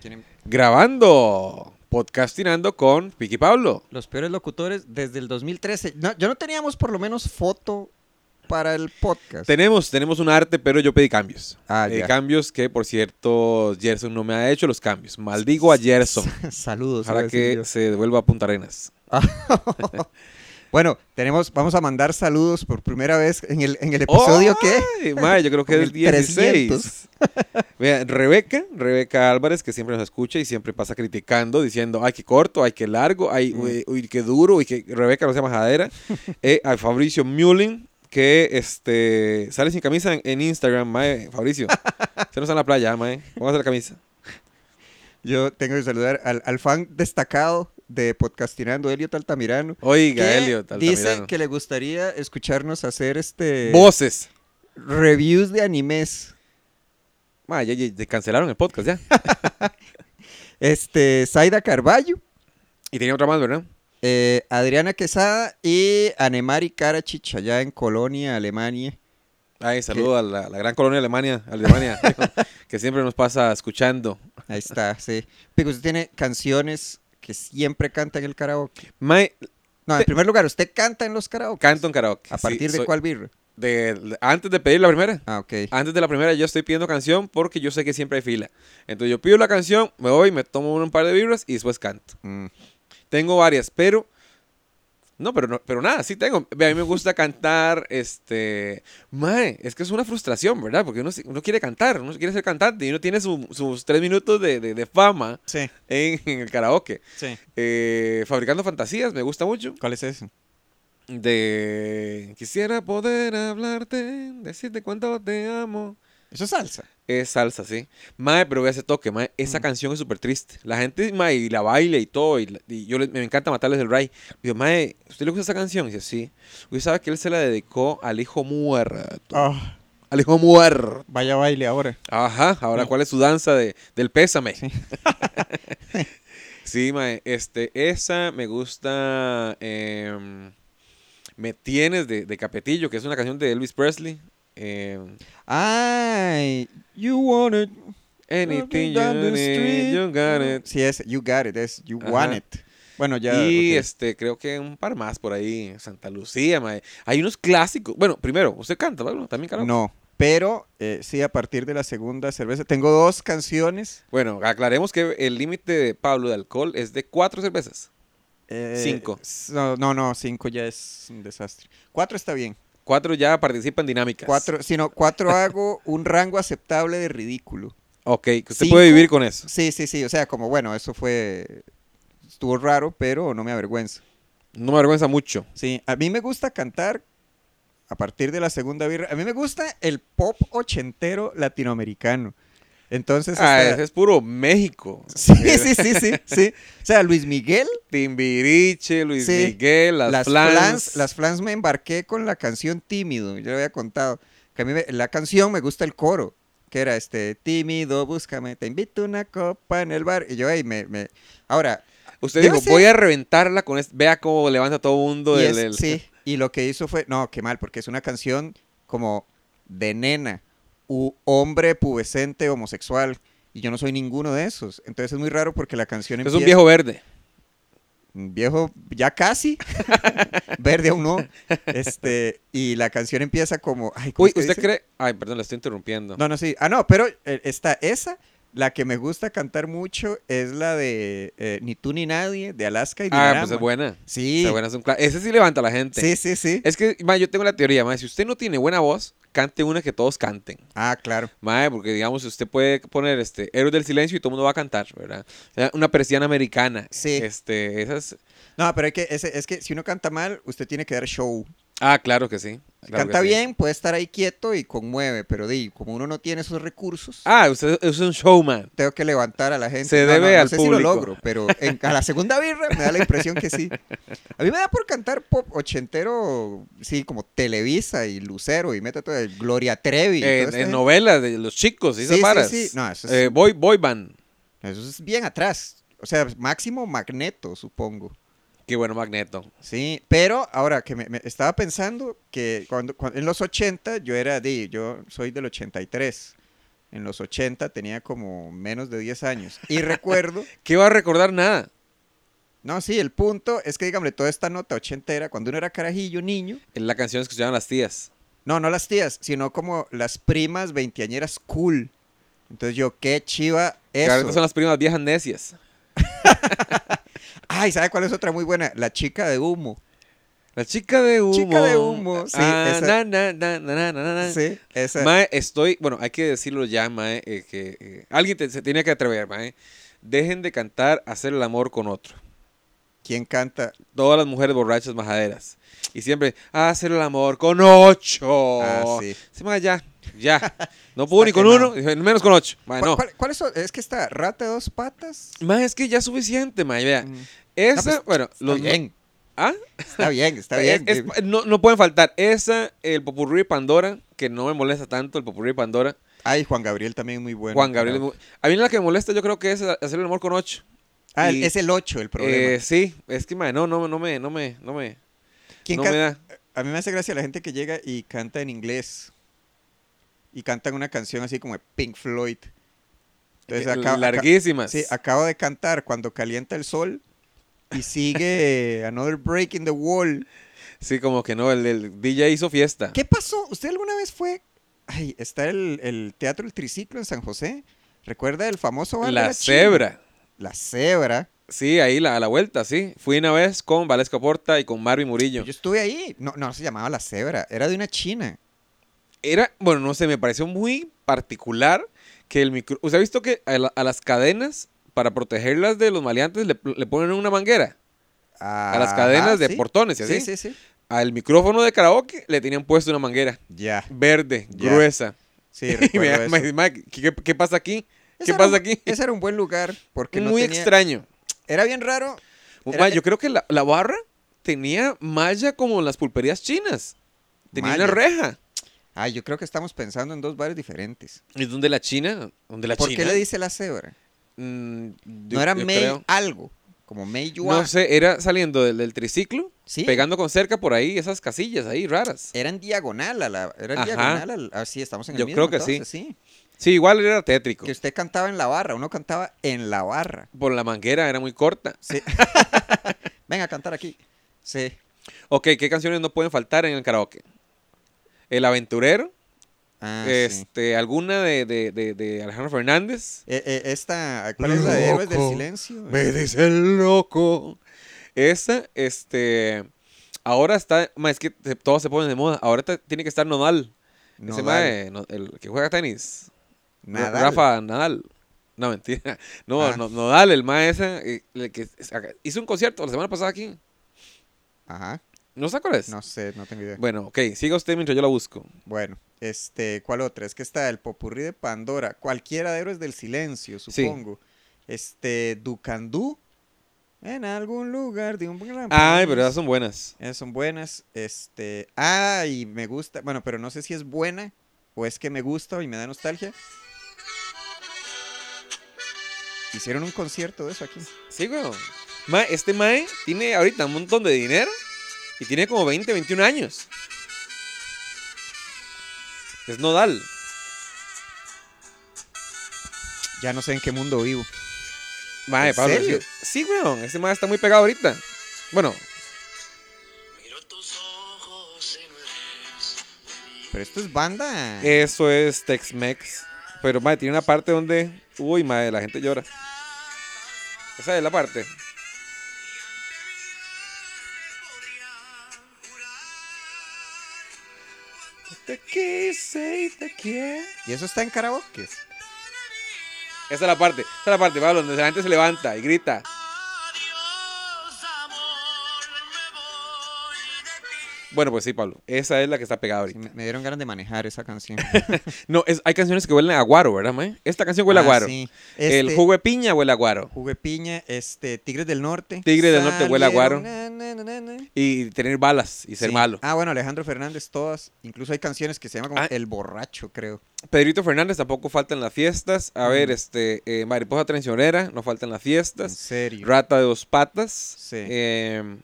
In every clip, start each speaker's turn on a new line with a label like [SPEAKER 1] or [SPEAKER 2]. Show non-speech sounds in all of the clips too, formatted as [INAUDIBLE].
[SPEAKER 1] ¿Quieren
[SPEAKER 2] Grabando, podcastinando con Piqui Pablo.
[SPEAKER 1] los peores locutores desde el 2013? No, yo no teníamos por lo menos foto para el podcast.
[SPEAKER 2] Tenemos, tenemos un arte, pero yo pedí cambios.
[SPEAKER 1] Ah,
[SPEAKER 2] Pedí
[SPEAKER 1] ya.
[SPEAKER 2] cambios que, por cierto, Gerson no me ha hecho los cambios. Maldigo a Gerson.
[SPEAKER 1] [LAUGHS] Saludos. iba
[SPEAKER 2] Para
[SPEAKER 1] a decir
[SPEAKER 2] que
[SPEAKER 1] yo.
[SPEAKER 2] se devuelva a Punta Arenas.
[SPEAKER 1] Bueno, tenemos, vamos a mandar saludos por primera vez en el, en el
[SPEAKER 2] ¡Oh!
[SPEAKER 1] episodio que...
[SPEAKER 2] Ay, mae, yo creo
[SPEAKER 1] [LAUGHS]
[SPEAKER 2] que
[SPEAKER 1] Con
[SPEAKER 2] es el
[SPEAKER 1] el
[SPEAKER 2] 16.
[SPEAKER 1] 300.
[SPEAKER 2] Vean, Rebeca, Rebeca Álvarez, que siempre nos escucha y siempre pasa criticando, diciendo, ay, qué corto, ay, qué largo,
[SPEAKER 1] Mm.
[SPEAKER 2] ay, uy, uy, qué duro, y que Rebeca no
[SPEAKER 1] [LAUGHS]
[SPEAKER 2] sea majadera. Eh, a Fabricio Mulin, que este, sale sin camisa en, en Instagram, mae, Fabricio. Se nos está en la playa, mae. Póngase la camisa.
[SPEAKER 1] Yo tengo que saludar al, al fan destacado de Podcastinando, Elliot Altamirano.
[SPEAKER 2] Oiga,
[SPEAKER 1] que
[SPEAKER 2] Elliot,
[SPEAKER 1] Dice
[SPEAKER 2] Altamirano.
[SPEAKER 1] que le gustaría escucharnos hacer este...
[SPEAKER 2] Voces.
[SPEAKER 1] Reviews de animes.
[SPEAKER 2] Mae, ya, ya- ya cancelaron el podcast ya.
[SPEAKER 1] Este, Zaida Carballo,
[SPEAKER 2] Y tenía otra más, ¿verdad?
[SPEAKER 1] eh, Adriana Quesada y Anemari Karachich allá en Colonia, Alemania.
[SPEAKER 2] Ay, saludo a la, la gran colonia de Alemania,
[SPEAKER 1] [LAUGHS]
[SPEAKER 2] Alemania, que siempre nos pasa escuchando.
[SPEAKER 1] Ahí [LAUGHS] está, sí. Pico, usted tiene canciones que siempre canta en el karaoke.
[SPEAKER 2] Mae,
[SPEAKER 1] No, en primer lugar, usted canta en los karaoke.
[SPEAKER 2] canto en karaoke.
[SPEAKER 1] ¿A
[SPEAKER 2] Sí,
[SPEAKER 1] partir de
[SPEAKER 2] soy-
[SPEAKER 1] cuál birra?
[SPEAKER 2] de- de- antes de pedir la primera.
[SPEAKER 1] Ah, ok.
[SPEAKER 2] Antes de la primera yo estoy pidiendo canción porque yo sé que siempre hay fila. Entonces yo pido la canción, me voy, me tomo un par de vibras y después canto.
[SPEAKER 1] Mm.
[SPEAKER 2] Tengo varias, pero... No, pero, no, pero nada, sí tengo. Ve, A mí me gusta cantar, este... Mae, es que es una frustración, ¿verdad? Porque uno, sí- uno quiere cantar, uno quiere ser cantante y uno tiene su- sus tres minutos de, de- de fama
[SPEAKER 1] Sí,
[SPEAKER 2] en- en el karaoke.
[SPEAKER 1] sí.
[SPEAKER 2] Eh, Fabricando Fantasías, me gusta mucho.
[SPEAKER 1] ¿Cuál es eso?
[SPEAKER 2] De Quisiera poder hablarte, decirte cuánto te amo.
[SPEAKER 1] Eso es salsa.
[SPEAKER 2] Es salsa, sí. Mae, pero vea ese toque, mae. Esa canción es súper triste. La gente, mae, y la baila y todo. Y, la- y yo le- me encanta matarles el ray. Digo, mae, ¿usted le gusta esa canción? Y dice, sí. Usted sabe que él se la dedicó al hijo muerto.
[SPEAKER 1] Ah,
[SPEAKER 2] Al hijo muerto.
[SPEAKER 1] vaya baile ahora.
[SPEAKER 2] Ajá, ahora
[SPEAKER 1] Sí.
[SPEAKER 2] cuál es su danza de, del pésame. [LAUGHS] Sí.
[SPEAKER 1] Sí.
[SPEAKER 2] mae, este, esa me gusta. em, me tienes de, de Capetillo, que es una canción de Elvis Presley. em,
[SPEAKER 1] Ay, you want it.
[SPEAKER 2] anything
[SPEAKER 1] down
[SPEAKER 2] you
[SPEAKER 1] the
[SPEAKER 2] need,
[SPEAKER 1] street.
[SPEAKER 2] you got it.
[SPEAKER 1] Sí, es you got it, es you
[SPEAKER 2] Ajá.
[SPEAKER 1] want it. Bueno, ya.
[SPEAKER 2] y
[SPEAKER 1] ok.
[SPEAKER 2] este, creo que un par más por ahí. Santa Lucía, mae. Hay unos clásicos. Bueno, primero, ¿usted canta, Pablo? También canta.
[SPEAKER 1] No, pero eh, sí, a partir de la segunda cerveza. Tengo dos canciones.
[SPEAKER 2] Bueno, aclaremos que el límite de Pablo de alcohol es de cuatro cervezas.
[SPEAKER 1] eh,
[SPEAKER 2] Cinco.
[SPEAKER 1] s- No, no, no, cinco ya es un desastre. Cuatro está bien.
[SPEAKER 2] Cuatro ya participan dinámicas.
[SPEAKER 1] Cuatro, sino cuatro hago un rango aceptable de ridículo.
[SPEAKER 2] Ok, que usted
[SPEAKER 1] Cinco.
[SPEAKER 2] puede vivir con eso.
[SPEAKER 1] Sí, sí, sí. O sea, como bueno, eso fue. Estuvo raro, pero no me avergüenzo.
[SPEAKER 2] No me avergüenza mucho.
[SPEAKER 1] Sí, a mí me gusta cantar a partir de la segunda birra. A mí me gusta el pop ochentero latinoamericano. Entonces.
[SPEAKER 2] Ah,
[SPEAKER 1] hasta-
[SPEAKER 2] ese es puro México.
[SPEAKER 1] [LAUGHS] Sí, sí, sí, sí, sí. O sea, Luis Miguel,
[SPEAKER 2] Timbiriche, Luis
[SPEAKER 1] Sí.
[SPEAKER 2] Miguel, las,
[SPEAKER 1] las
[SPEAKER 2] Flans.
[SPEAKER 1] flans. las flans me embarqué con la canción Tímido, yo le había contado. Que a mí me- la canción me gusta el coro, que era este, Tímido, búscame, te invito a una copa en el bar. Y yo ahí me, me... Ahora,
[SPEAKER 2] Usted
[SPEAKER 1] Debe
[SPEAKER 2] dijo,
[SPEAKER 1] ser-
[SPEAKER 2] voy a reventarla con este. Vea cómo levanta todo mundo
[SPEAKER 1] y es-
[SPEAKER 2] el, el-
[SPEAKER 1] sí, y lo que hizo fue, no, qué mal, porque es una canción como de nena, u hombre pubescente homosexual, y yo no soy ninguno de esos. Entonces es muy raro porque la canción
[SPEAKER 2] Es un viejo verde.
[SPEAKER 1] Un Viejo, ya casi. [LAUGHS] Verde aún no. Este, y la canción empieza como. Ay, ¿cómo
[SPEAKER 2] Uy,
[SPEAKER 1] es que
[SPEAKER 2] ¿usted
[SPEAKER 1] dice?
[SPEAKER 2] cree? Ay, perdón, la estoy interrumpiendo.
[SPEAKER 1] No, no, sí. Ah, no, pero eh, está esa. La que me gusta cantar mucho es la de eh, Ni tú ni nadie, de Alaska y
[SPEAKER 2] ah,
[SPEAKER 1] Dinarama.
[SPEAKER 2] pues es buena.
[SPEAKER 1] Sí,
[SPEAKER 2] Esa buena es un cla- Ese sí levanta a la gente.
[SPEAKER 1] sí, sí, sí.
[SPEAKER 2] Es que, ma, yo tengo la teoría, ma, si usted no tiene buena voz, cante una que todos canten.
[SPEAKER 1] Ah, claro.
[SPEAKER 2] Mae, porque digamos, usted puede poner este Héroes del Silencio y todo el mundo va a cantar, ¿verdad? O sea, Una persiana americana.
[SPEAKER 1] Sí.
[SPEAKER 2] Este, esas.
[SPEAKER 1] No, pero hay que, ese- es que si uno canta mal, usted tiene que dar show.
[SPEAKER 2] Ah, claro que sí.
[SPEAKER 1] Si
[SPEAKER 2] claro que
[SPEAKER 1] canta
[SPEAKER 2] sí.
[SPEAKER 1] bien, puede estar ahí quieto y conmueve, pero di, como uno no tiene esos recursos.
[SPEAKER 2] Ah, usted es un showman.
[SPEAKER 1] tengo que levantar a la gente.
[SPEAKER 2] Se
[SPEAKER 1] No, no,
[SPEAKER 2] debe
[SPEAKER 1] no
[SPEAKER 2] al
[SPEAKER 1] sé si
[SPEAKER 2] público.
[SPEAKER 1] lo logro, pero en- a la segunda birra me da la impresión que sí. A mí me da por cantar pop ochentero, sí, como Televisa y Lucero y meta todo el Gloria Trevi. y toda
[SPEAKER 2] Eh,
[SPEAKER 1] esta
[SPEAKER 2] en
[SPEAKER 1] gente.
[SPEAKER 2] novelas de los chicos y esas
[SPEAKER 1] pues, Sí, sí, sí.
[SPEAKER 2] varas.
[SPEAKER 1] No, eso es-
[SPEAKER 2] Eh, boy, boy band.
[SPEAKER 1] Eso es bien atrás. O sea, máximo Magneto, supongo.
[SPEAKER 2] Qué bueno Magneto.
[SPEAKER 1] Sí, pero ahora que me, me estaba pensando que cuando, cuando- en los 80 yo era de, yo soy del 83. en los 80 tenía como menos de 10 años. Y recuerdo,
[SPEAKER 2] ¿Qué va a recordar nada?
[SPEAKER 1] no, sí, el punto es que, dígame, toda esta nota ochentera, cuando uno era carajillo, niño,
[SPEAKER 2] En la canción que escuchaban las tías.
[SPEAKER 1] no, no las tías, sino como las primas veinteañeras cool. Entonces yo, qué chiva
[SPEAKER 2] Que
[SPEAKER 1] eso.
[SPEAKER 2] ahorita son las primas viejas necias.
[SPEAKER 1] Ay, ¿sabe cuál es otra muy buena? La chica de humo.
[SPEAKER 2] La chica de humo.
[SPEAKER 1] Chica de humo, sí,
[SPEAKER 2] Ah,
[SPEAKER 1] esa-
[SPEAKER 2] na, na, na, na, na, na, na.
[SPEAKER 1] Sí, esa.
[SPEAKER 2] Mae, estoy, bueno, hay que decirlo ya, Mae, eh, que eh, alguien te- se tiene que atrever, Mae. Dejen de cantar hacer el amor con otro.
[SPEAKER 1] ¿Quién canta?
[SPEAKER 2] Todas las mujeres borrachas majaderas. Y siempre, "Ah, hacer el amor con ocho.
[SPEAKER 1] Ah, sí.
[SPEAKER 2] mae, ya,
[SPEAKER 1] [LAUGHS]
[SPEAKER 2] ya. No pudo
[SPEAKER 1] Está
[SPEAKER 2] ni con
[SPEAKER 1] quemado.
[SPEAKER 2] uno, y menos con ocho. Mae,
[SPEAKER 1] ¿Cuál,
[SPEAKER 2] no.
[SPEAKER 1] cuál- cuál es? o- Es que está rata de dos patas.
[SPEAKER 2] Mae, es que ya es suficiente, Mae, vea.
[SPEAKER 1] Mm.
[SPEAKER 2] Esa,
[SPEAKER 1] pues,
[SPEAKER 2] bueno, Ah, los...
[SPEAKER 1] Está bien,
[SPEAKER 2] ¿Ah?
[SPEAKER 1] está bien, está
[SPEAKER 2] [LAUGHS] Es-
[SPEAKER 1] bien.
[SPEAKER 2] es- no, no pueden faltar. Esa, el popurrí de Pandora, que no me molesta tanto, el popurrí de Pandora.
[SPEAKER 1] Ay, Juan Gabriel también muy bueno.
[SPEAKER 2] Juan Gabriel. es muy- A mí la que me molesta yo creo que es hacer el amor con ocho.
[SPEAKER 1] Ah,
[SPEAKER 2] Y-
[SPEAKER 1] es el 8 el problema.
[SPEAKER 2] Eh, sí, es que mae, no, no, no me, no me, no me,
[SPEAKER 1] ¿Quién
[SPEAKER 2] no
[SPEAKER 1] can-
[SPEAKER 2] me da.
[SPEAKER 1] A mí me hace gracia la gente que llega y canta en inglés. Y cantan una canción así como de Pink Floyd. Entonces
[SPEAKER 2] Eh,
[SPEAKER 1] acaba, aca-
[SPEAKER 2] larguísimas.
[SPEAKER 1] sí, acabo de cantar Cuando calienta el sol y
[SPEAKER 2] [LAUGHS]
[SPEAKER 1] sigue Another Break in the Wall.
[SPEAKER 2] Sí, como que no, el, el DJ hizo fiesta.
[SPEAKER 1] ¿Qué pasó? ¿Usted alguna vez fue? Ay, está el, el Teatro El Triciclo en San José. ¿Recuerda el famoso bar de
[SPEAKER 2] La
[SPEAKER 1] china?
[SPEAKER 2] cebra.
[SPEAKER 1] La cebra.
[SPEAKER 2] Sí, ahí la, a la vuelta, sí. Fui una vez con Valesca Porta y con Marvin Murillo.
[SPEAKER 1] Yo estuve ahí. No, no se llamaba La Cebra. Era de una china.
[SPEAKER 2] Era, bueno, no sé, me pareció muy particular que el micro... ¿Usted ha visto que a, la- a las cadenas, para protegerlas de los maleantes, le, le ponen una manguera? A las cadenas de portones y así.
[SPEAKER 1] Sí, sí, sí.
[SPEAKER 2] Al micrófono de karaoke le tenían puesto una manguera
[SPEAKER 1] Ya.
[SPEAKER 2] verde,
[SPEAKER 1] Ya.
[SPEAKER 2] gruesa. [LAUGHS]
[SPEAKER 1] Sí,
[SPEAKER 2] Y me-
[SPEAKER 1] recuerdo
[SPEAKER 2] me
[SPEAKER 1] eso.
[SPEAKER 2] dice, "Mae, ¿qué, qué pasa aquí?
[SPEAKER 1] Ese
[SPEAKER 2] ¿Qué
[SPEAKER 1] era
[SPEAKER 2] pasa
[SPEAKER 1] un-
[SPEAKER 2] aquí?
[SPEAKER 1] [LAUGHS] Ese era un buen lugar porque no
[SPEAKER 2] muy
[SPEAKER 1] tenía-
[SPEAKER 2] extraño.
[SPEAKER 1] Era bien raro.
[SPEAKER 2] Mae,
[SPEAKER 1] Era- e
[SPEAKER 2] yo creo que la, la barra tenía malla como en las pulperías chinas. Tenía una
[SPEAKER 1] Malla.
[SPEAKER 2] reja.
[SPEAKER 1] Ah, yo creo que estamos pensando en dos bares diferentes.
[SPEAKER 2] ¿Y donde la china? ¿Donde la
[SPEAKER 1] ¿Por
[SPEAKER 2] china?
[SPEAKER 1] qué le dice la cebra?
[SPEAKER 2] Mm, yo-
[SPEAKER 1] No era
[SPEAKER 2] yo
[SPEAKER 1] Mei
[SPEAKER 2] creo.
[SPEAKER 1] algo, como Mei Yuan.
[SPEAKER 2] No sé, era saliendo del, del triciclo,
[SPEAKER 1] Sí.
[SPEAKER 2] pegando con cerca por ahí esas casillas ahí raras.
[SPEAKER 1] Era en diagonal a la, era en
[SPEAKER 2] Ajá.
[SPEAKER 1] diagonal al- ah, sí, estamos en el
[SPEAKER 2] Yo
[SPEAKER 1] mismo,
[SPEAKER 2] creo que sí.
[SPEAKER 1] entonces, sí.
[SPEAKER 2] Sí, igual era tétrico.
[SPEAKER 1] Que usted cantaba en la barra, uno cantaba en la barra.
[SPEAKER 2] Por la manguera era muy corta.
[SPEAKER 1] Sí. Venga a cantar aquí. Sí.
[SPEAKER 2] Ok, ¿qué canciones no pueden faltar en el karaoke? El aventurero,
[SPEAKER 1] Ah, sí.
[SPEAKER 2] este, alguna de, de- de- de Alejandro Fernández.
[SPEAKER 1] Eh, eh, esta, ¿cuál es la de Héroes del
[SPEAKER 2] Loco,
[SPEAKER 1] Silencio?
[SPEAKER 2] Me dice el loco. Esa, este. Ahora está. ma, es que se- todos se ponen de moda. Ahora ta- tiene que estar Nodal.
[SPEAKER 1] No,
[SPEAKER 2] Ese
[SPEAKER 1] dale,
[SPEAKER 2] mae, no- el que juega tenis. Ra-
[SPEAKER 1] Nadal.
[SPEAKER 2] Rafa Nadal. No, mentira. [LAUGHS] No,
[SPEAKER 1] Ah.
[SPEAKER 2] no- Nodal, el mae ese. eh, el que saca- hizo un concierto la semana pasada aquí.
[SPEAKER 1] Ajá.
[SPEAKER 2] ¿No se acuerdas?
[SPEAKER 1] No sé, no tengo idea.
[SPEAKER 2] Bueno, ok, siga usted mientras yo la busco.
[SPEAKER 1] Bueno, este, ¿cuál otra? Es que está el Popurrí de Pandora, cualquiera de Héroes del Silencio,
[SPEAKER 2] Sí.
[SPEAKER 1] supongo. Este, Ducandú, en algún lugar de un gran
[SPEAKER 2] Ay, pero esas
[SPEAKER 1] país.
[SPEAKER 2] son buenas.
[SPEAKER 1] Esas son buenas. Este, ay, me gusta, bueno, pero no sé si es buena o es que me gusta y me da nostalgia. Hicieron un concierto de eso aquí.
[SPEAKER 2] Sí, weón. Ma, este mae tiene ahorita un montón de dinero y tiene como 20, 21 años. Es nodal.
[SPEAKER 1] Ya no sé en qué mundo vivo.
[SPEAKER 2] Mae,
[SPEAKER 1] ¿En
[SPEAKER 2] Pablo.
[SPEAKER 1] serio?
[SPEAKER 2] Sí, sí, weón. Este mae está muy pegado ahorita. Bueno,
[SPEAKER 3] Miro tus ojos y no eres
[SPEAKER 1] Pero esto es banda.
[SPEAKER 2] eso es Tex-Mex. Pero mae, tiene una parte donde. Uy, mae, la gente llora. Esa es la parte. Te quise y te quiero.
[SPEAKER 1] Y eso está en karaoke.
[SPEAKER 2] Esa es la parte, esa es la parte, Pablo, donde la gente se levanta y grita.
[SPEAKER 3] Adiós, amor, me voy de ti.
[SPEAKER 2] Bueno, pues sí, Pablo, esa es la que está pegada
[SPEAKER 1] Sí,
[SPEAKER 2] ahorita.
[SPEAKER 1] Me me dieron ganas de manejar esa canción.
[SPEAKER 2] No, es- hay canciones que huelen a guaro, ¿verdad, mae? Esta canción huele a
[SPEAKER 1] Ah,
[SPEAKER 2] guaro.
[SPEAKER 1] sí.
[SPEAKER 2] El
[SPEAKER 1] Este,
[SPEAKER 2] jugo de piña huele a guaro.
[SPEAKER 1] Jugué piña, este, Tigres del Norte.
[SPEAKER 2] Tigres del Norte huele a guaro.
[SPEAKER 1] Salieron, na, na, na, na, na.
[SPEAKER 2] Y tener balas y ser
[SPEAKER 1] Sí.
[SPEAKER 2] malo.
[SPEAKER 1] Ah, bueno, Alejandro Fernández, todas. Incluso hay canciones que se llaman como
[SPEAKER 2] Ah.
[SPEAKER 1] El Borracho, creo.
[SPEAKER 2] Pedrito Fernández tampoco falta en las fiestas. A
[SPEAKER 1] Mm.
[SPEAKER 2] ver, este, eh, Mariposa Traicionera no falta en las
[SPEAKER 1] En
[SPEAKER 2] fiestas.
[SPEAKER 1] serio.
[SPEAKER 2] Rata de dos patas. Em,
[SPEAKER 1] Sí.
[SPEAKER 2] Eh,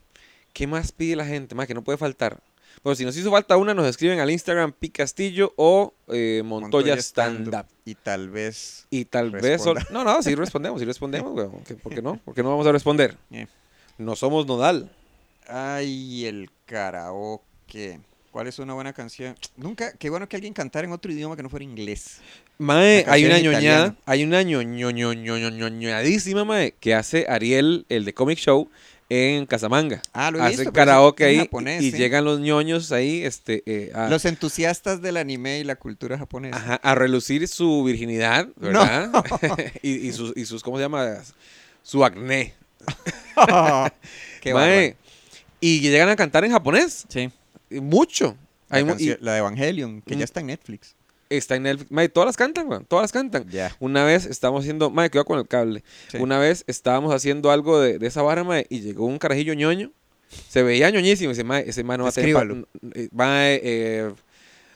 [SPEAKER 2] ¿Qué más pide la gente, mae? Que no puede faltar. Pero si nos hizo falta una, nos escriben al Instagram Picastillo o eh, Montoya,
[SPEAKER 1] Stand
[SPEAKER 2] Stand Up.
[SPEAKER 1] Y tal vez.
[SPEAKER 2] Y tal vez... sol- No, no, sí respondemos, sí respondemos, weón. ¿Qué- ¿Por qué no? ¿Por qué no vamos a responder?
[SPEAKER 1] Eh.
[SPEAKER 2] No somos nodal.
[SPEAKER 1] Ay, el karaoke. ¿Cuál es una buena canción? Nunca, qué bueno que alguien cantara en otro idioma que no fuera inglés.
[SPEAKER 2] Mae,
[SPEAKER 1] La
[SPEAKER 2] hay
[SPEAKER 1] canción
[SPEAKER 2] una
[SPEAKER 1] en
[SPEAKER 2] ñoñada,
[SPEAKER 1] italiano.
[SPEAKER 2] hay una ñoñoñoñoñoñadísima, mae, que hace Ariel, el de Comic Show, en Casamanga.
[SPEAKER 1] Ah, lo he
[SPEAKER 2] Hace
[SPEAKER 1] visto, pero
[SPEAKER 2] karaoke
[SPEAKER 1] es- es
[SPEAKER 2] ahí
[SPEAKER 1] japonés,
[SPEAKER 2] y
[SPEAKER 1] sí.
[SPEAKER 2] llegan los ñoños ahí este, eh, a,
[SPEAKER 1] Los entusiastas del anime y la cultura japonesa.
[SPEAKER 2] ajá, a relucir su virginidad,
[SPEAKER 1] No.
[SPEAKER 2] ¿verdad? [LAUGHS] y, y sus, y sus, ¿cómo se llama? Su acné.
[SPEAKER 1] [LAUGHS] qué
[SPEAKER 2] Mae,
[SPEAKER 1] bárbaro.
[SPEAKER 2] y llegan a cantar en japonés,
[SPEAKER 1] Sí.
[SPEAKER 2] y mucho.
[SPEAKER 1] La,
[SPEAKER 2] Hay mu- y
[SPEAKER 1] canción- la de Evangelion, que
[SPEAKER 2] Mm.
[SPEAKER 1] ya está en
[SPEAKER 2] [LAUGHS]
[SPEAKER 1] Netflix.
[SPEAKER 2] está en el... Mae, todas las cantan, weón, todas las cantan.
[SPEAKER 1] Ya.
[SPEAKER 2] Una vez estábamos haciendo, madre, cuidado con el cable.
[SPEAKER 1] Sí.
[SPEAKER 2] Una vez estábamos haciendo algo de, de esa barra, mae, y llegó un carajillo ñoño. Se veía ñoñísimo. y Dice, mae, ese mae no va a tener. pa-
[SPEAKER 1] Descríbalo.
[SPEAKER 2] eh, mae, eh,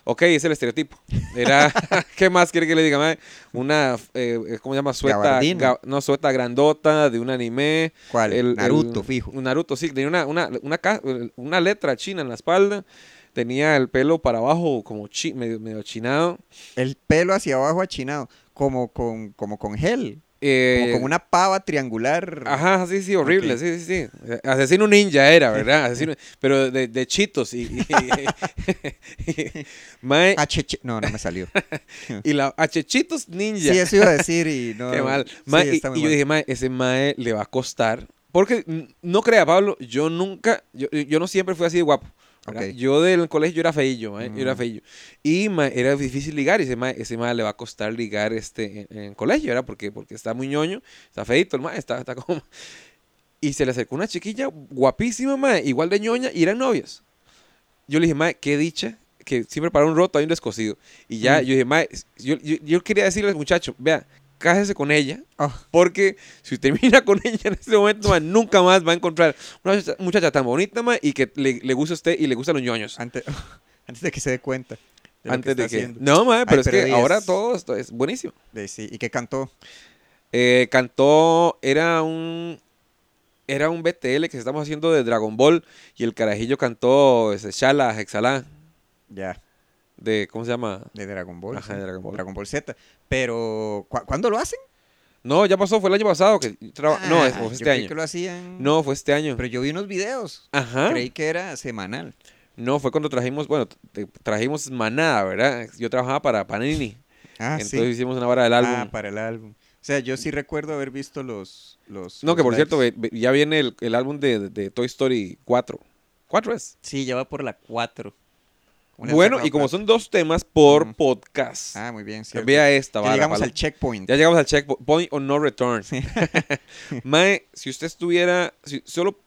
[SPEAKER 2] ok, es el estereotipo. Era, [LAUGHS] ¿qué más quiere que le diga, mae? Una, eh, ¿cómo se llama? Sueta,
[SPEAKER 1] Gabardina.
[SPEAKER 2] ga- no, sueta grandota de un anime.
[SPEAKER 1] ¿Cuál?
[SPEAKER 2] El- el-
[SPEAKER 1] Naruto, fijo.
[SPEAKER 2] un Naruto, sí. Tenía una, una, una, ca- una letra china en la espalda. Tenía el pelo para abajo como chi- medio, medio chinado.
[SPEAKER 1] El pelo hacia abajo achinado, como con, como con gel,
[SPEAKER 2] Eh,
[SPEAKER 1] como con una pava triangular.
[SPEAKER 2] Ajá, sí, sí, horrible,
[SPEAKER 1] Ok.
[SPEAKER 2] sí, sí, sí. Asesino ninja
[SPEAKER 1] [LAUGHS]
[SPEAKER 2] era, ¿verdad? Asesino, pero de, de chitos y... y- [LAUGHS] Mae,
[SPEAKER 1] Acheche- No, no me
[SPEAKER 2] [LAUGHS]
[SPEAKER 1] salió.
[SPEAKER 2] y la achechitos
[SPEAKER 1] sí,
[SPEAKER 2] ninja.
[SPEAKER 1] eso iba a decir
[SPEAKER 2] [LAUGHS]
[SPEAKER 1] y no.
[SPEAKER 2] Qué mal.
[SPEAKER 1] Sí,
[SPEAKER 2] Mae, y,
[SPEAKER 1] está muy
[SPEAKER 2] y yo
[SPEAKER 1] mal.
[SPEAKER 2] dije, mae, ese mae le va a costar. Porque, mm, no crea, Pablo, yo nunca, yo, yo no siempre fui así de guapo. ¿verdad?
[SPEAKER 1] Ok.
[SPEAKER 2] Yo del colegio yo era feillo, mae, yo era
[SPEAKER 1] Mm.
[SPEAKER 2] feillo. Y mae, era difícil ligar, y ese mae, ese mae le va a costar ligar este, en, en colegio, ¿verdad? Porque, porque está muy ñoño, está feito el mae, está, está como... Y se le acercó una chiquilla guapísima, mae, igual de ñoña, y eran novios. Yo le dije, mae, qué dicha, que siempre para un roto hay un descosido. Y ya,
[SPEAKER 1] Mm.
[SPEAKER 2] yo dije, mae, yo, yo, yo quería decirle al muchacho, vea, cájese con ella,
[SPEAKER 1] Oh,
[SPEAKER 2] porque si [LAUGHS] termina con ella en este momento, mae, nunca más va a encontrar una muchacha, muchacha tan bonita, mae, y que le, le gusta a usted y le gustan los ñoños.
[SPEAKER 1] antes, [LAUGHS] antes de que se dé cuenta. de lo
[SPEAKER 2] Antes de
[SPEAKER 1] está
[SPEAKER 2] que...
[SPEAKER 1] haciendo.
[SPEAKER 2] No, mae, pero es
[SPEAKER 1] pero
[SPEAKER 2] que
[SPEAKER 1] di,
[SPEAKER 2] ahora
[SPEAKER 1] es-
[SPEAKER 2] todo esto es buenísimo.
[SPEAKER 1] De- sí, y que cantó.
[SPEAKER 2] Eh, cantó, era un... Era un BTL que estamos haciendo de Dragon Ball y el carajillo cantó ese Shala, Hexala,
[SPEAKER 1] Ya,
[SPEAKER 2] de, ¿cómo se llama?
[SPEAKER 1] de Dragon Ball.
[SPEAKER 2] Ajá,
[SPEAKER 1] sí,
[SPEAKER 2] de Dragon Ball.
[SPEAKER 1] Z. Pero, ¿cu- ¿cuándo lo hacen?
[SPEAKER 2] No, ya pasó, fue el año pasado que traba- No,
[SPEAKER 1] Ah,
[SPEAKER 2] es- fue
[SPEAKER 1] yo
[SPEAKER 2] este
[SPEAKER 1] creí
[SPEAKER 2] año.
[SPEAKER 1] que lo hacían.
[SPEAKER 2] No, Ah. fue este año.
[SPEAKER 1] Pero yo vi unos videos.
[SPEAKER 2] Ajá.
[SPEAKER 1] Creí que era semanal.
[SPEAKER 2] No, fue cuando trajimos, bueno, te- trajimos Manada, ¿verdad? Yo trabajaba para Panini.
[SPEAKER 1] Ah,
[SPEAKER 2] entonces hicimos una vara del álbum.
[SPEAKER 1] Ah, para el álbum. O sea, yo sí recuerdo haber visto los. los
[SPEAKER 2] no, que
[SPEAKER 1] los
[SPEAKER 2] por
[SPEAKER 1] lives.
[SPEAKER 2] cierto, ve- ve- ya viene el, el álbum de, de- de Toy Story 4. ¿Cuatro es?
[SPEAKER 1] Sí, ya va por la 4.
[SPEAKER 2] bueno, y como son dos temas por
[SPEAKER 1] Ujú.
[SPEAKER 2] podcast.
[SPEAKER 1] Ah, muy bien. cierto.
[SPEAKER 2] Vea
[SPEAKER 1] Ya
[SPEAKER 2] esta, vara,
[SPEAKER 1] llegamos
[SPEAKER 2] palo.
[SPEAKER 1] al checkpoint.
[SPEAKER 2] Ya llegamos al checkpoint o no return. [LAUGHS] Mae, si usted estuviera, si- solo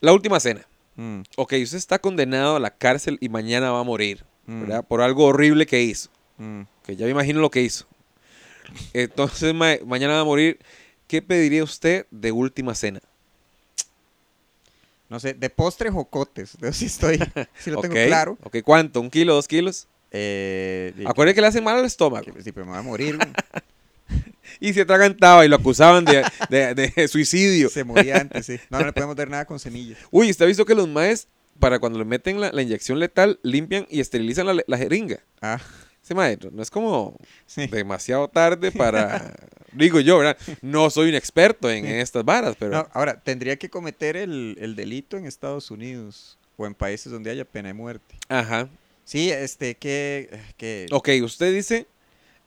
[SPEAKER 2] la última cena.
[SPEAKER 1] Mm,
[SPEAKER 2] Ok, usted está condenado a la cárcel y mañana va a morir,
[SPEAKER 1] Mm.
[SPEAKER 2] ¿verdad? Por algo horrible que hizo.
[SPEAKER 1] mm.
[SPEAKER 2] Que ya me imagino lo que hizo. Entonces, mae, mañana va a morir. ¿Qué pediría usted de última cena?
[SPEAKER 1] No sé, de postre jocotes. Yo sí [LAUGHS] estoy. Sí lo tengo
[SPEAKER 2] Ok,
[SPEAKER 1] claro.
[SPEAKER 2] Ok, ¿cuánto? ¿Un kilo? ¿Dos kilos?
[SPEAKER 1] Eh, y-
[SPEAKER 2] Acuérdense que le hacen mal al estómago.
[SPEAKER 1] que- Sí, pero me va a morir.
[SPEAKER 2] [LAUGHS]
[SPEAKER 1] güey.
[SPEAKER 2] Y se atragantaba y lo acusaban de, de- de [LAUGHS] suicidio.
[SPEAKER 1] Se moría antes, sí. No, no le podemos dar nada con semillas.
[SPEAKER 2] Uy, ¿usted ha visto que los maes, para cuando le meten la, la inyección letal, limpian y esterilizan la, la jeringa?
[SPEAKER 1] Ah,
[SPEAKER 2] Ese mae, no
[SPEAKER 1] [LAUGHS]
[SPEAKER 2] es como
[SPEAKER 1] sí.
[SPEAKER 2] demasiado tarde para... Digo yo, ¿verdad? No soy un experto en estas varas, pero...
[SPEAKER 1] No, ahora, tendría que cometer el, el delito en Estados Unidos o en países donde haya pena de muerte.
[SPEAKER 2] Ajá.
[SPEAKER 1] Sí, este, que... que
[SPEAKER 2] Ok, usted dice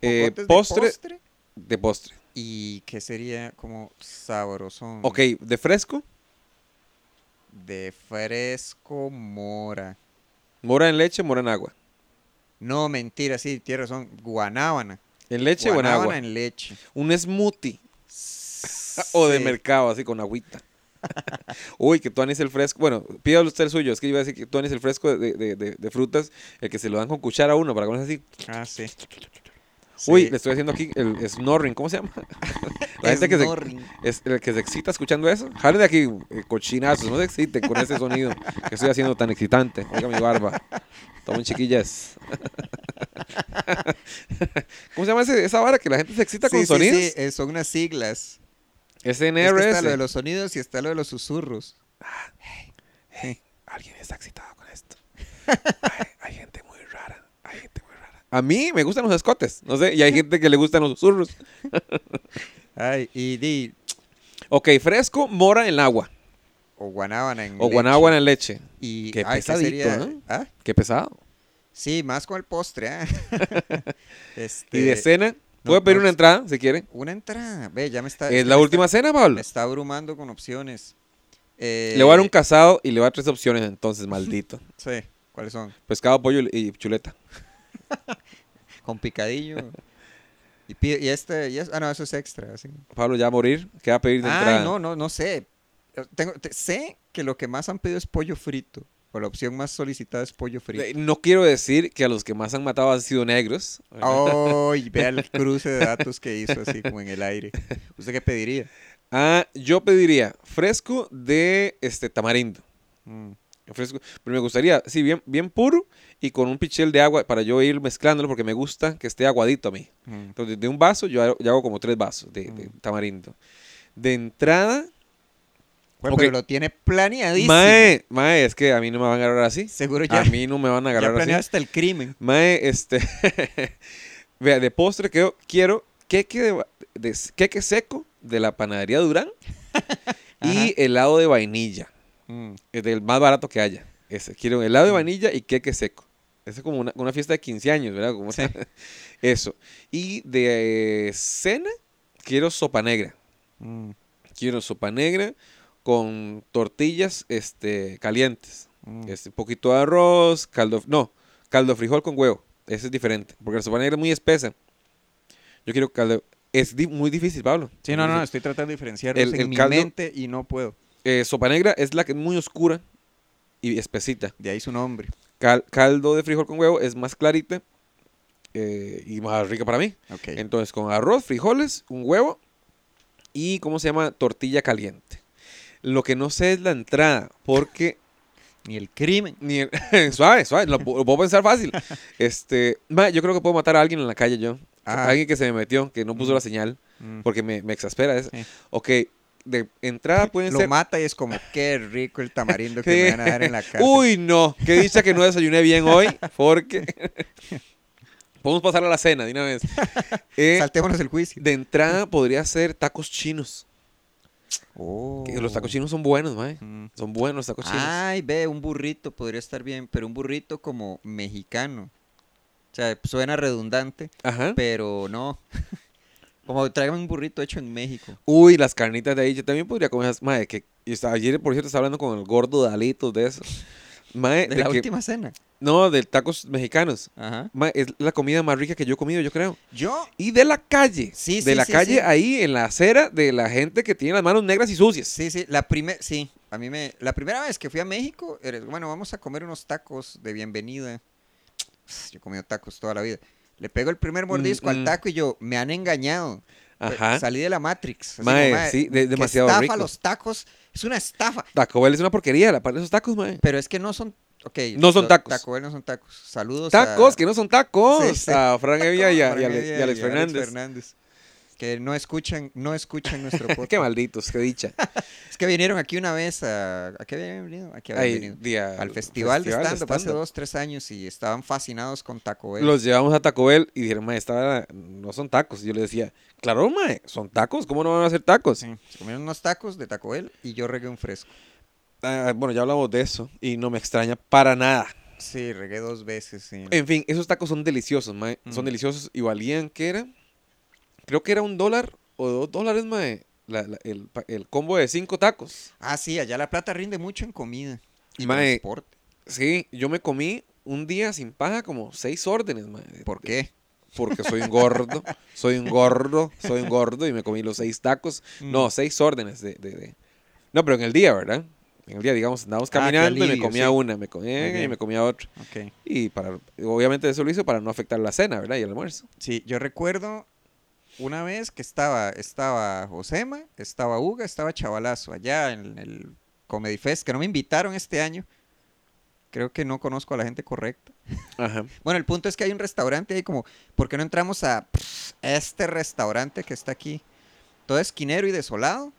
[SPEAKER 2] eh,
[SPEAKER 1] jocotes de
[SPEAKER 2] postre de postre.
[SPEAKER 1] Y que sería como sabrosón.
[SPEAKER 2] Ok, de fresco,
[SPEAKER 1] De fresco mora.
[SPEAKER 2] mora en leche, mora en agua.
[SPEAKER 1] No, mentira, sí, tiene razón. Guanábana.
[SPEAKER 2] En leche o en
[SPEAKER 1] guanábana
[SPEAKER 2] agua.
[SPEAKER 1] en leche.
[SPEAKER 2] Un smoothie. O de
[SPEAKER 1] Sí.
[SPEAKER 2] mercado, así con agüita. [LAUGHS] Uy, que tuanis el fresco. Bueno, pídalo usted el suyo. Es que iba a decir que tuanis el fresco de, de- de- de frutas, el que se lo dan con cuchara a uno para comer así.
[SPEAKER 1] Ah, sí.
[SPEAKER 2] Uy,
[SPEAKER 1] Sí,
[SPEAKER 2] le estoy haciendo aquí el snoring.
[SPEAKER 1] [LAUGHS]
[SPEAKER 2] ¿Cómo se llama? La gente que se,
[SPEAKER 1] snorring.
[SPEAKER 2] es el que se excita escuchando eso. Jale de aquí, eh, cochinazos. No se exciten con ese sonido que estoy haciendo tan excitante. Oiga mi barba. Tomen chiquillas. [LAUGHS] ¿Cómo se llama ese- esa vara que la gente se excita
[SPEAKER 1] Sí,
[SPEAKER 2] con
[SPEAKER 1] sí,
[SPEAKER 2] sonidos?
[SPEAKER 1] sí, eh, son unas siglas. Es que
[SPEAKER 2] SNRS.
[SPEAKER 1] está lo de los sonidos y está lo de los susurros.
[SPEAKER 2] [LAUGHS] Alguien está excitado con esto. Hay, hay gente muy rara. Hay gente muy rara. A mí me gustan los escotes, no sé, y hay gente que le gustan los susurros.
[SPEAKER 1] Ay, y di.
[SPEAKER 2] Ok, fresco, mora en agua.
[SPEAKER 1] O guanábana en
[SPEAKER 2] O guanábana en leche.
[SPEAKER 1] leche. Y,
[SPEAKER 2] Qué
[SPEAKER 1] ay,
[SPEAKER 2] pesadito, ¿eh?
[SPEAKER 1] ¿Ah?
[SPEAKER 2] Qué pesado.
[SPEAKER 1] Sí, más con el postre. ah. [LAUGHS] Este,
[SPEAKER 2] Y de cena,
[SPEAKER 1] no,
[SPEAKER 2] puede pedir
[SPEAKER 1] no,
[SPEAKER 2] una
[SPEAKER 1] es-
[SPEAKER 2] entrada si quiere.
[SPEAKER 1] Una entrada. Ve, ya me está.
[SPEAKER 2] Pues, este ¿Es eh, la
[SPEAKER 1] me
[SPEAKER 2] última cena,
[SPEAKER 1] está-
[SPEAKER 2] Pablo?
[SPEAKER 1] me está abrumando con opciones. Eh,
[SPEAKER 2] Le voy a dar un
[SPEAKER 1] caso.
[SPEAKER 2] casado y le voy a dar tres opciones entonces, [LAUGHS] maldito.
[SPEAKER 1] Sí, ¿cuáles son?
[SPEAKER 2] Pescado, pollo y- y chuleta.
[SPEAKER 1] Con picadillo. y, pi- y este. y es- ah, no, eso es extra. sí.
[SPEAKER 2] Pablo ya va a morir, ¿qué va a pedir de entrada?
[SPEAKER 1] Ay, no, no, no sé. Eh, Tengo, te- sé que lo que más han pedido es pollo frito. O la opción más solicitada es pollo frito.
[SPEAKER 2] Eh, no quiero decir que a los que más han matado han sido negros.
[SPEAKER 1] ¡Ay! vea
[SPEAKER 2] [LAUGHS]
[SPEAKER 1] el cruce de datos que hizo así como en el aire. ¿Usted qué pediría?
[SPEAKER 2] Ah, yo pediría fresco de este tamarindo.
[SPEAKER 1] Mm.
[SPEAKER 2] Fresco. Pero me gustaría, sí, bien, bien puro y con un pichel de agua para yo ir mezclándolo porque me gusta que esté aguadito a mí.
[SPEAKER 1] Mm.
[SPEAKER 2] Entonces, de un vaso, yo hago, yo hago como tres vasos de, de tamarindo. De entrada,
[SPEAKER 1] Bueno,
[SPEAKER 2] Ok.
[SPEAKER 1] pero lo tiene planeadísimo.
[SPEAKER 2] mae, mae, es que a mí no me van a agarrar así.
[SPEAKER 1] Seguro
[SPEAKER 2] A
[SPEAKER 1] ya, ya
[SPEAKER 2] mí no me van a agarrar
[SPEAKER 1] planeó
[SPEAKER 2] así.
[SPEAKER 1] hasta el crimen.
[SPEAKER 2] Mae, este. [LAUGHS] Vea, de postre que quiero queque, de, va- de s- queque seco de la panadería
[SPEAKER 1] [LAUGHS]
[SPEAKER 2] Durán y helado de vainilla.
[SPEAKER 1] Mm.
[SPEAKER 2] Es eh, del más barato que haya. Ese, quiero helado de
[SPEAKER 1] Mm.
[SPEAKER 2] vainilla y queque seco. Esa es como una, una fiesta de 15 años, ¿verdad? Como
[SPEAKER 1] Sí.
[SPEAKER 2] [LAUGHS] Eso. Y de eh, cena, quiero sopa negra.
[SPEAKER 1] Mm.
[SPEAKER 2] Quiero sopa negra con tortillas este, calientes.
[SPEAKER 1] Mm.
[SPEAKER 2] Este, un poquito de arroz, caldo, no, caldo frijol con huevo. Ese es diferente, porque la sopa negra es muy espesa. Yo quiero caldo, es di- muy difícil, Pablo.
[SPEAKER 1] Sí,
[SPEAKER 2] Es
[SPEAKER 1] no, no,
[SPEAKER 2] difícil.
[SPEAKER 1] estoy tratando de diferenciarlos
[SPEAKER 2] El-
[SPEAKER 1] en
[SPEAKER 2] el
[SPEAKER 1] mi
[SPEAKER 2] caldo-
[SPEAKER 1] mente y no puedo.
[SPEAKER 2] Eh, sopa negra es la que es muy oscura y espesita.
[SPEAKER 1] De ahí su nombre.
[SPEAKER 2] Cal- caldo de frijol con huevo es más clarita eh, y más rica para mí.
[SPEAKER 1] Ok.
[SPEAKER 2] Entonces, con arroz, frijoles, un huevo y, ¿cómo se llama? Tortilla caliente. Lo que no sé es la entrada, porque
[SPEAKER 1] Ni el crimen.
[SPEAKER 2] Ni el- [LAUGHS] suave, suave, lo, pu- lo puedo pensar fácil. Este, ma, yo creo que puedo matar a alguien en la calle yo.
[SPEAKER 1] Ah.
[SPEAKER 2] Alguien que se me metió, que no puso
[SPEAKER 1] Mm.
[SPEAKER 2] la señal,
[SPEAKER 1] Mm.
[SPEAKER 2] porque me, me exaspera eso.
[SPEAKER 1] Sí.
[SPEAKER 2] Ok, de entrada pueden
[SPEAKER 1] lo
[SPEAKER 2] ser...
[SPEAKER 1] mata y es como, qué rico el tamarindo que
[SPEAKER 2] Sí.
[SPEAKER 1] me van a dar
[SPEAKER 2] [LAUGHS]
[SPEAKER 1] en la cara.
[SPEAKER 2] Uy, no, qué dicha que no desayuné bien hoy,
[SPEAKER 1] [LAUGHS]
[SPEAKER 2] porque... Podemos pasar a la cena de una vez. Eh,
[SPEAKER 1] Saltémonos el juicio.
[SPEAKER 2] de entrada podría ser tacos chinos. que los
[SPEAKER 1] Oh.
[SPEAKER 2] tacos chinos son buenos, mae.
[SPEAKER 1] Mm.
[SPEAKER 2] Son buenos los tacos chinos.
[SPEAKER 1] Ay, ve, un burrito podría estar bien, pero un burrito como mexicano. O sea, suena redundante,
[SPEAKER 2] Ajá.
[SPEAKER 1] pero no. [LAUGHS] Como tráigame un burrito hecho en México.
[SPEAKER 2] Uy, las carnitas de ahí. Yo también podría comer esas. Madre, que y está- ayer, por cierto, estaba hablando con el gordo Dalitos de eso. Madre,
[SPEAKER 1] De,
[SPEAKER 2] de
[SPEAKER 1] la
[SPEAKER 2] que-
[SPEAKER 1] última cena.
[SPEAKER 2] no, de tacos mexicanos.
[SPEAKER 1] Ajá.
[SPEAKER 2] Mae, es la comida más rica que yo he comido, yo creo.
[SPEAKER 1] Yo,
[SPEAKER 2] Y de la calle.
[SPEAKER 1] Sí,
[SPEAKER 2] De
[SPEAKER 1] sí,
[SPEAKER 2] la
[SPEAKER 1] sí,
[SPEAKER 2] calle
[SPEAKER 1] sí.
[SPEAKER 2] ahí, en la acera, de la gente que tiene las manos negras y sucias.
[SPEAKER 1] sí, sí, la primera, sí, a mí me, la primera vez que fui a México, era, bueno, vamos a comer unos tacos de bienvenida. Yo he comido tacos toda la vida. Le pego el primer mordisco
[SPEAKER 2] mm.
[SPEAKER 1] al taco y yo, me han engañado. Eh,
[SPEAKER 2] Ajá.
[SPEAKER 1] Salí de la Matrix. Así
[SPEAKER 2] Mae,
[SPEAKER 1] como, mae,
[SPEAKER 2] sí, de-
[SPEAKER 1] qué
[SPEAKER 2] demasiado
[SPEAKER 1] estafa,
[SPEAKER 2] rico.
[SPEAKER 1] los tacos. Es una estafa.
[SPEAKER 2] Taco Bell es una porquería, la parte de esos tacos, mae.
[SPEAKER 1] Pero es que no son. ok,
[SPEAKER 2] No son
[SPEAKER 1] los
[SPEAKER 2] tacos.
[SPEAKER 1] Taco Bell no son tacos. Saludos.
[SPEAKER 2] Tacos
[SPEAKER 1] a,
[SPEAKER 2] que no son tacos.
[SPEAKER 1] Sí, sí.
[SPEAKER 2] A Fran Evia y a,
[SPEAKER 1] Fran
[SPEAKER 2] y a Ale-
[SPEAKER 1] Evia
[SPEAKER 2] y a Alex Fernández.
[SPEAKER 1] Que no escuchan, no escuchan nuestro podcast.
[SPEAKER 2] [LAUGHS] Qué malditos, qué dicha.
[SPEAKER 1] Es que vinieron aquí una vez a. ¿A qué habían venido? Aquí habían
[SPEAKER 2] Ay,
[SPEAKER 1] venido.
[SPEAKER 2] di a-
[SPEAKER 1] Al festival, de stand-up hace
[SPEAKER 2] stand-up.
[SPEAKER 1] dos, tres años y estaban fascinados con Taco Bell.
[SPEAKER 2] Los llevamos a Taco Bell y dijeron, mae, esta no son tacos. Y yo le decía, claro, mae, son tacos, ¿cómo no van a ser tacos?
[SPEAKER 1] Sí, se comieron unos tacos de Taco Bell y yo regué un fresco.
[SPEAKER 2] Ah, bueno, ya hablamos de eso y no me extraña para nada.
[SPEAKER 1] Sí, regué dos veces. Sí.
[SPEAKER 2] En fin, esos tacos son deliciosos, mae.
[SPEAKER 1] Mm.
[SPEAKER 2] Son deliciosos y valían, ¿qué era? Creo que era un dólar o dos dólares, mae, la- la- el, pa- el combo de cinco tacos.
[SPEAKER 1] Ah, sí, allá la plata rinde mucho en comida y
[SPEAKER 2] Mae,
[SPEAKER 1] transporte.
[SPEAKER 2] Sí, yo me comí un día sin paja como seis órdenes, mae. de-
[SPEAKER 1] ¿Por
[SPEAKER 2] de-
[SPEAKER 1] qué?
[SPEAKER 2] porque soy un gordo, soy un gordo, soy un gordo y me comí los seis tacos. No,
[SPEAKER 1] Mm.
[SPEAKER 2] seis órdenes de, de- de- No, pero en el día, ¿verdad? En el día, digamos, andábamos
[SPEAKER 1] Ah, qué
[SPEAKER 2] caminando y me
[SPEAKER 1] alivio,
[SPEAKER 2] comía
[SPEAKER 1] sí.
[SPEAKER 2] una, me comía
[SPEAKER 1] Muy
[SPEAKER 2] y
[SPEAKER 1] bien.
[SPEAKER 2] me comía otra.
[SPEAKER 1] Ok.
[SPEAKER 2] Y para, obviamente eso lo hizo para no afectar la cena, ¿verdad? Y el almuerzo.
[SPEAKER 1] Sí, yo recuerdo una vez que estaba, estaba Josema, estaba Uga, estaba Chavalazo, allá en el Comedy Fest, que no me invitaron este año. Creo que no conozco a la gente correcta.
[SPEAKER 2] Ajá.
[SPEAKER 1] Bueno, el punto es que hay un restaurante ahí como, ¿por qué no entramos a pff, este restaurante que está aquí? Todo esquinero y desolado.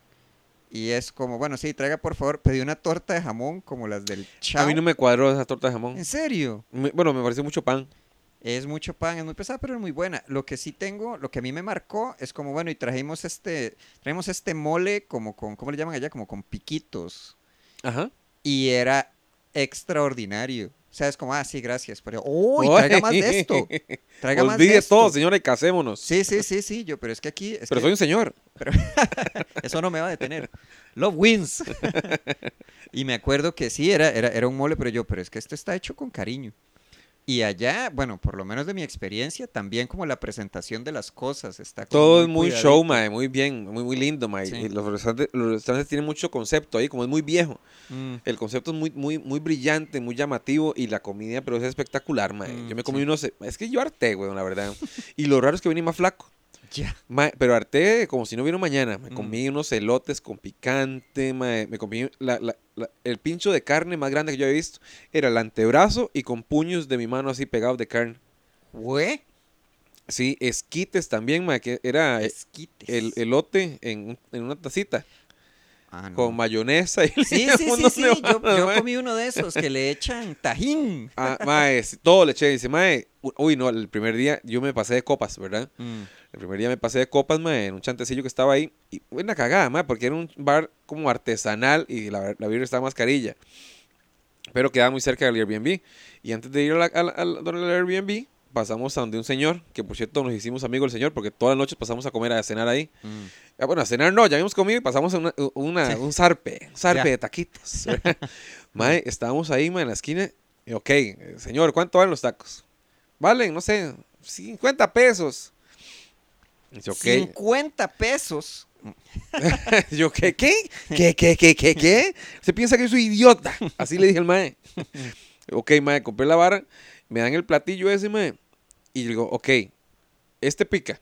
[SPEAKER 1] Y es como, bueno, sí, traiga por favor, pedí una torta de jamón como las del Chao.
[SPEAKER 2] A mí no me cuadró esa torta de jamón.
[SPEAKER 1] ¿En serio?
[SPEAKER 2] Me- Bueno, me pareció mucho pan.
[SPEAKER 1] Es mucho pan, es muy pesada, pero es muy buena. Lo que sí tengo, lo que a mí me marcó es como, bueno, y trajimos este, trajimos este mole como con, ¿cómo le llaman allá? Como con piquitos.
[SPEAKER 2] Ajá.
[SPEAKER 1] Y era extraordinario. O sea, es como, ah, sí, gracias. Pero, ¡uy!
[SPEAKER 2] Oye.
[SPEAKER 1] Traiga más de
[SPEAKER 2] [LAUGHS]
[SPEAKER 1] esto. Traiga más de
[SPEAKER 2] Olvide
[SPEAKER 1] esto.
[SPEAKER 2] todo, señores, casémonos.
[SPEAKER 1] Sí, sí, sí, sí, yo, pero es que aquí, es
[SPEAKER 2] Pero
[SPEAKER 1] que
[SPEAKER 2] soy un señor.
[SPEAKER 1] [LAUGHS] eso no me va a detener. Love wins. [LAUGHS] y me acuerdo que sí, era, era, era un mole, pero yo, pero es que esto está hecho con cariño. Y allá, bueno, por lo menos de mi experiencia, también como la presentación de las cosas está como
[SPEAKER 2] Todo es muy
[SPEAKER 1] cuidadito.
[SPEAKER 2] show, mae, muy bien, muy, muy lindo, mae.
[SPEAKER 1] Sí.
[SPEAKER 2] Y los, restaurantes, los restaurantes tienen mucho concepto ahí, como es muy viejo.
[SPEAKER 1] Mm,
[SPEAKER 2] El concepto es muy, muy, muy brillante, muy llamativo y la comida, pero es espectacular, mae.
[SPEAKER 1] Mm,
[SPEAKER 2] yo me comí
[SPEAKER 1] sí.
[SPEAKER 2] unos... Es que yo harté, weón, la verdad. [LAUGHS] y lo raro es que vine más flaco.
[SPEAKER 1] ya.
[SPEAKER 2] Mae, pero harté como si no hubiera un mañana. Me
[SPEAKER 1] Mm.
[SPEAKER 2] comí unos elotes con picante, mae. Me comí la- la- la- el pincho de carne más grande que yo he visto. Era el antebrazo y con puños de mi mano así pegados de carne. Eh,
[SPEAKER 1] Güey,
[SPEAKER 2] Sí, esquites también, mae, que era... eh,
[SPEAKER 1] esquites.
[SPEAKER 2] el elote en, un- en una tacita
[SPEAKER 1] Ah, no.
[SPEAKER 2] con mayonesa y [LAUGHS]
[SPEAKER 1] Sí, sí, sí, sí, yo, yo comí uno de esos que le echan tajín.
[SPEAKER 2] Ah, mae, sí, todo le eché. Dice, mae, u- uy, no, el primer día yo me pasé de copas, ¿verdad?
[SPEAKER 1] Mm,
[SPEAKER 2] El primer día me pasé de copas, mae, en un chantecillo que estaba ahí. Y fue una cagada, mae, porque era un bar como artesanal y la, la birra estaba mascarilla. Pero quedaba muy cerca del Airbnb. Y antes de ir a la- a la- al al Airbnb, pasamos a donde un señor, que por cierto nos hicimos amigos del señor, porque todas las noches pasamos a comer, a cenar ahí.
[SPEAKER 1] mm.
[SPEAKER 2] Ah, bueno, a cenar no, ya habíamos comido y pasamos a una, una-
[SPEAKER 1] Sí. [LAUGHS]
[SPEAKER 2] un zarpe, un zarpe
[SPEAKER 1] Ya.
[SPEAKER 2] de
[SPEAKER 1] [LAUGHS]
[SPEAKER 2] taquitos. ¿verdad? mae, estábamos ahí, mae, en la esquina. y, ok, eh, señor, ¿cuánto valen los tacos? Valen, no sé, 50 pesos. Y Yo, ¿qué? [LAUGHS]
[SPEAKER 1] 50 pesos.
[SPEAKER 2] Yo, ¿qué?
[SPEAKER 1] [LAUGHS]
[SPEAKER 2] ¿Qué? ¿Qué? ¿Qué? ¿Qué? ¿Qué? ¿Qué? Se piensa que yo soy idiota. Así le dije
[SPEAKER 1] [LAUGHS]
[SPEAKER 2] al mae. Ok, mae, compré la vara, me dan el platillo ese, mae. Y yo digo, ok, este pica.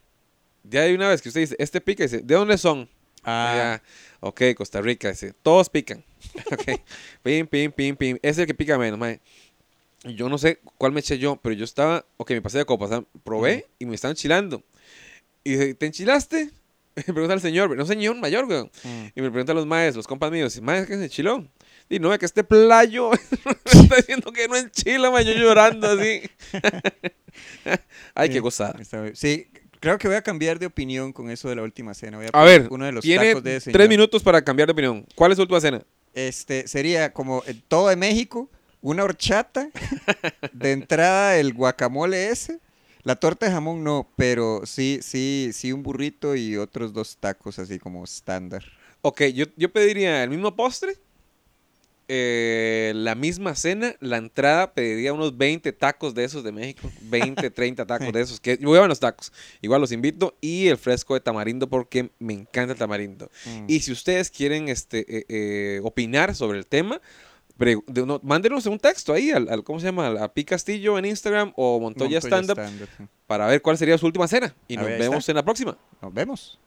[SPEAKER 2] Ya hay una vez que usted dice, este pica, dice, ¿de dónde son? Ah. ok, Costa Rica, dice, todos pican. [LAUGHS] Ok, pim, pim, pim, pim. Ese es el que pica menos, mae. Y Yo no sé cuál me eché yo, pero yo estaba, ok, me pasé de copas, ah, probé y me estaban chilando. Y dice, ¿te enchilaste? [LAUGHS] Pregunta al señor, no señor mayor, weón.
[SPEAKER 1] Mm.
[SPEAKER 2] Y me preguntan los maes, los compas míos, maes, ¿qué se enchiló? Y no, es que este playo [LAUGHS] me está diciendo que no enchila, mae, yo llorando así. [LAUGHS] Ay, qué
[SPEAKER 1] Sí,
[SPEAKER 2] gozada.
[SPEAKER 1] está bien. Sí, creo que voy a cambiar de opinión con eso de la última cena. Voy a,
[SPEAKER 2] A
[SPEAKER 1] poner
[SPEAKER 2] ver,
[SPEAKER 1] uno de los
[SPEAKER 2] Tiene
[SPEAKER 1] tacos de ese.
[SPEAKER 2] tres
[SPEAKER 1] señor.
[SPEAKER 2] minutos para cambiar de opinión. ¿Cuál es su última cena?
[SPEAKER 1] Este, sería como en todo de México, una
[SPEAKER 2] [LAUGHS]
[SPEAKER 1] horchata, de entrada el guacamole ese, la torta de jamón no, pero sí, sí, sí un burrito y otros dos tacos así como estándar.
[SPEAKER 2] Ok, yo, yo pediría el mismo postre, eh, la misma cena, la entrada pediría unos 20 tacos de esos de México, 20, 30 tacos de esos, que voy a los tacos, igual los invito, y el fresco de tamarindo porque me encanta el tamarindo.
[SPEAKER 1] Mm.
[SPEAKER 2] Y si ustedes quieren este, eh, eh, opinar sobre el tema, pre- de- no, mándenos un texto ahí al, al- ¿cómo se llama? Al- A Pi Castillo en Instagram o Montoya,
[SPEAKER 1] Montoya
[SPEAKER 2] Stand Up
[SPEAKER 1] Stand Up.
[SPEAKER 2] para ver cuál sería su última cena. Y
[SPEAKER 1] A
[SPEAKER 2] nos
[SPEAKER 1] ver, ahí
[SPEAKER 2] vemos
[SPEAKER 1] está.
[SPEAKER 2] en la próxima.
[SPEAKER 1] Nos vemos.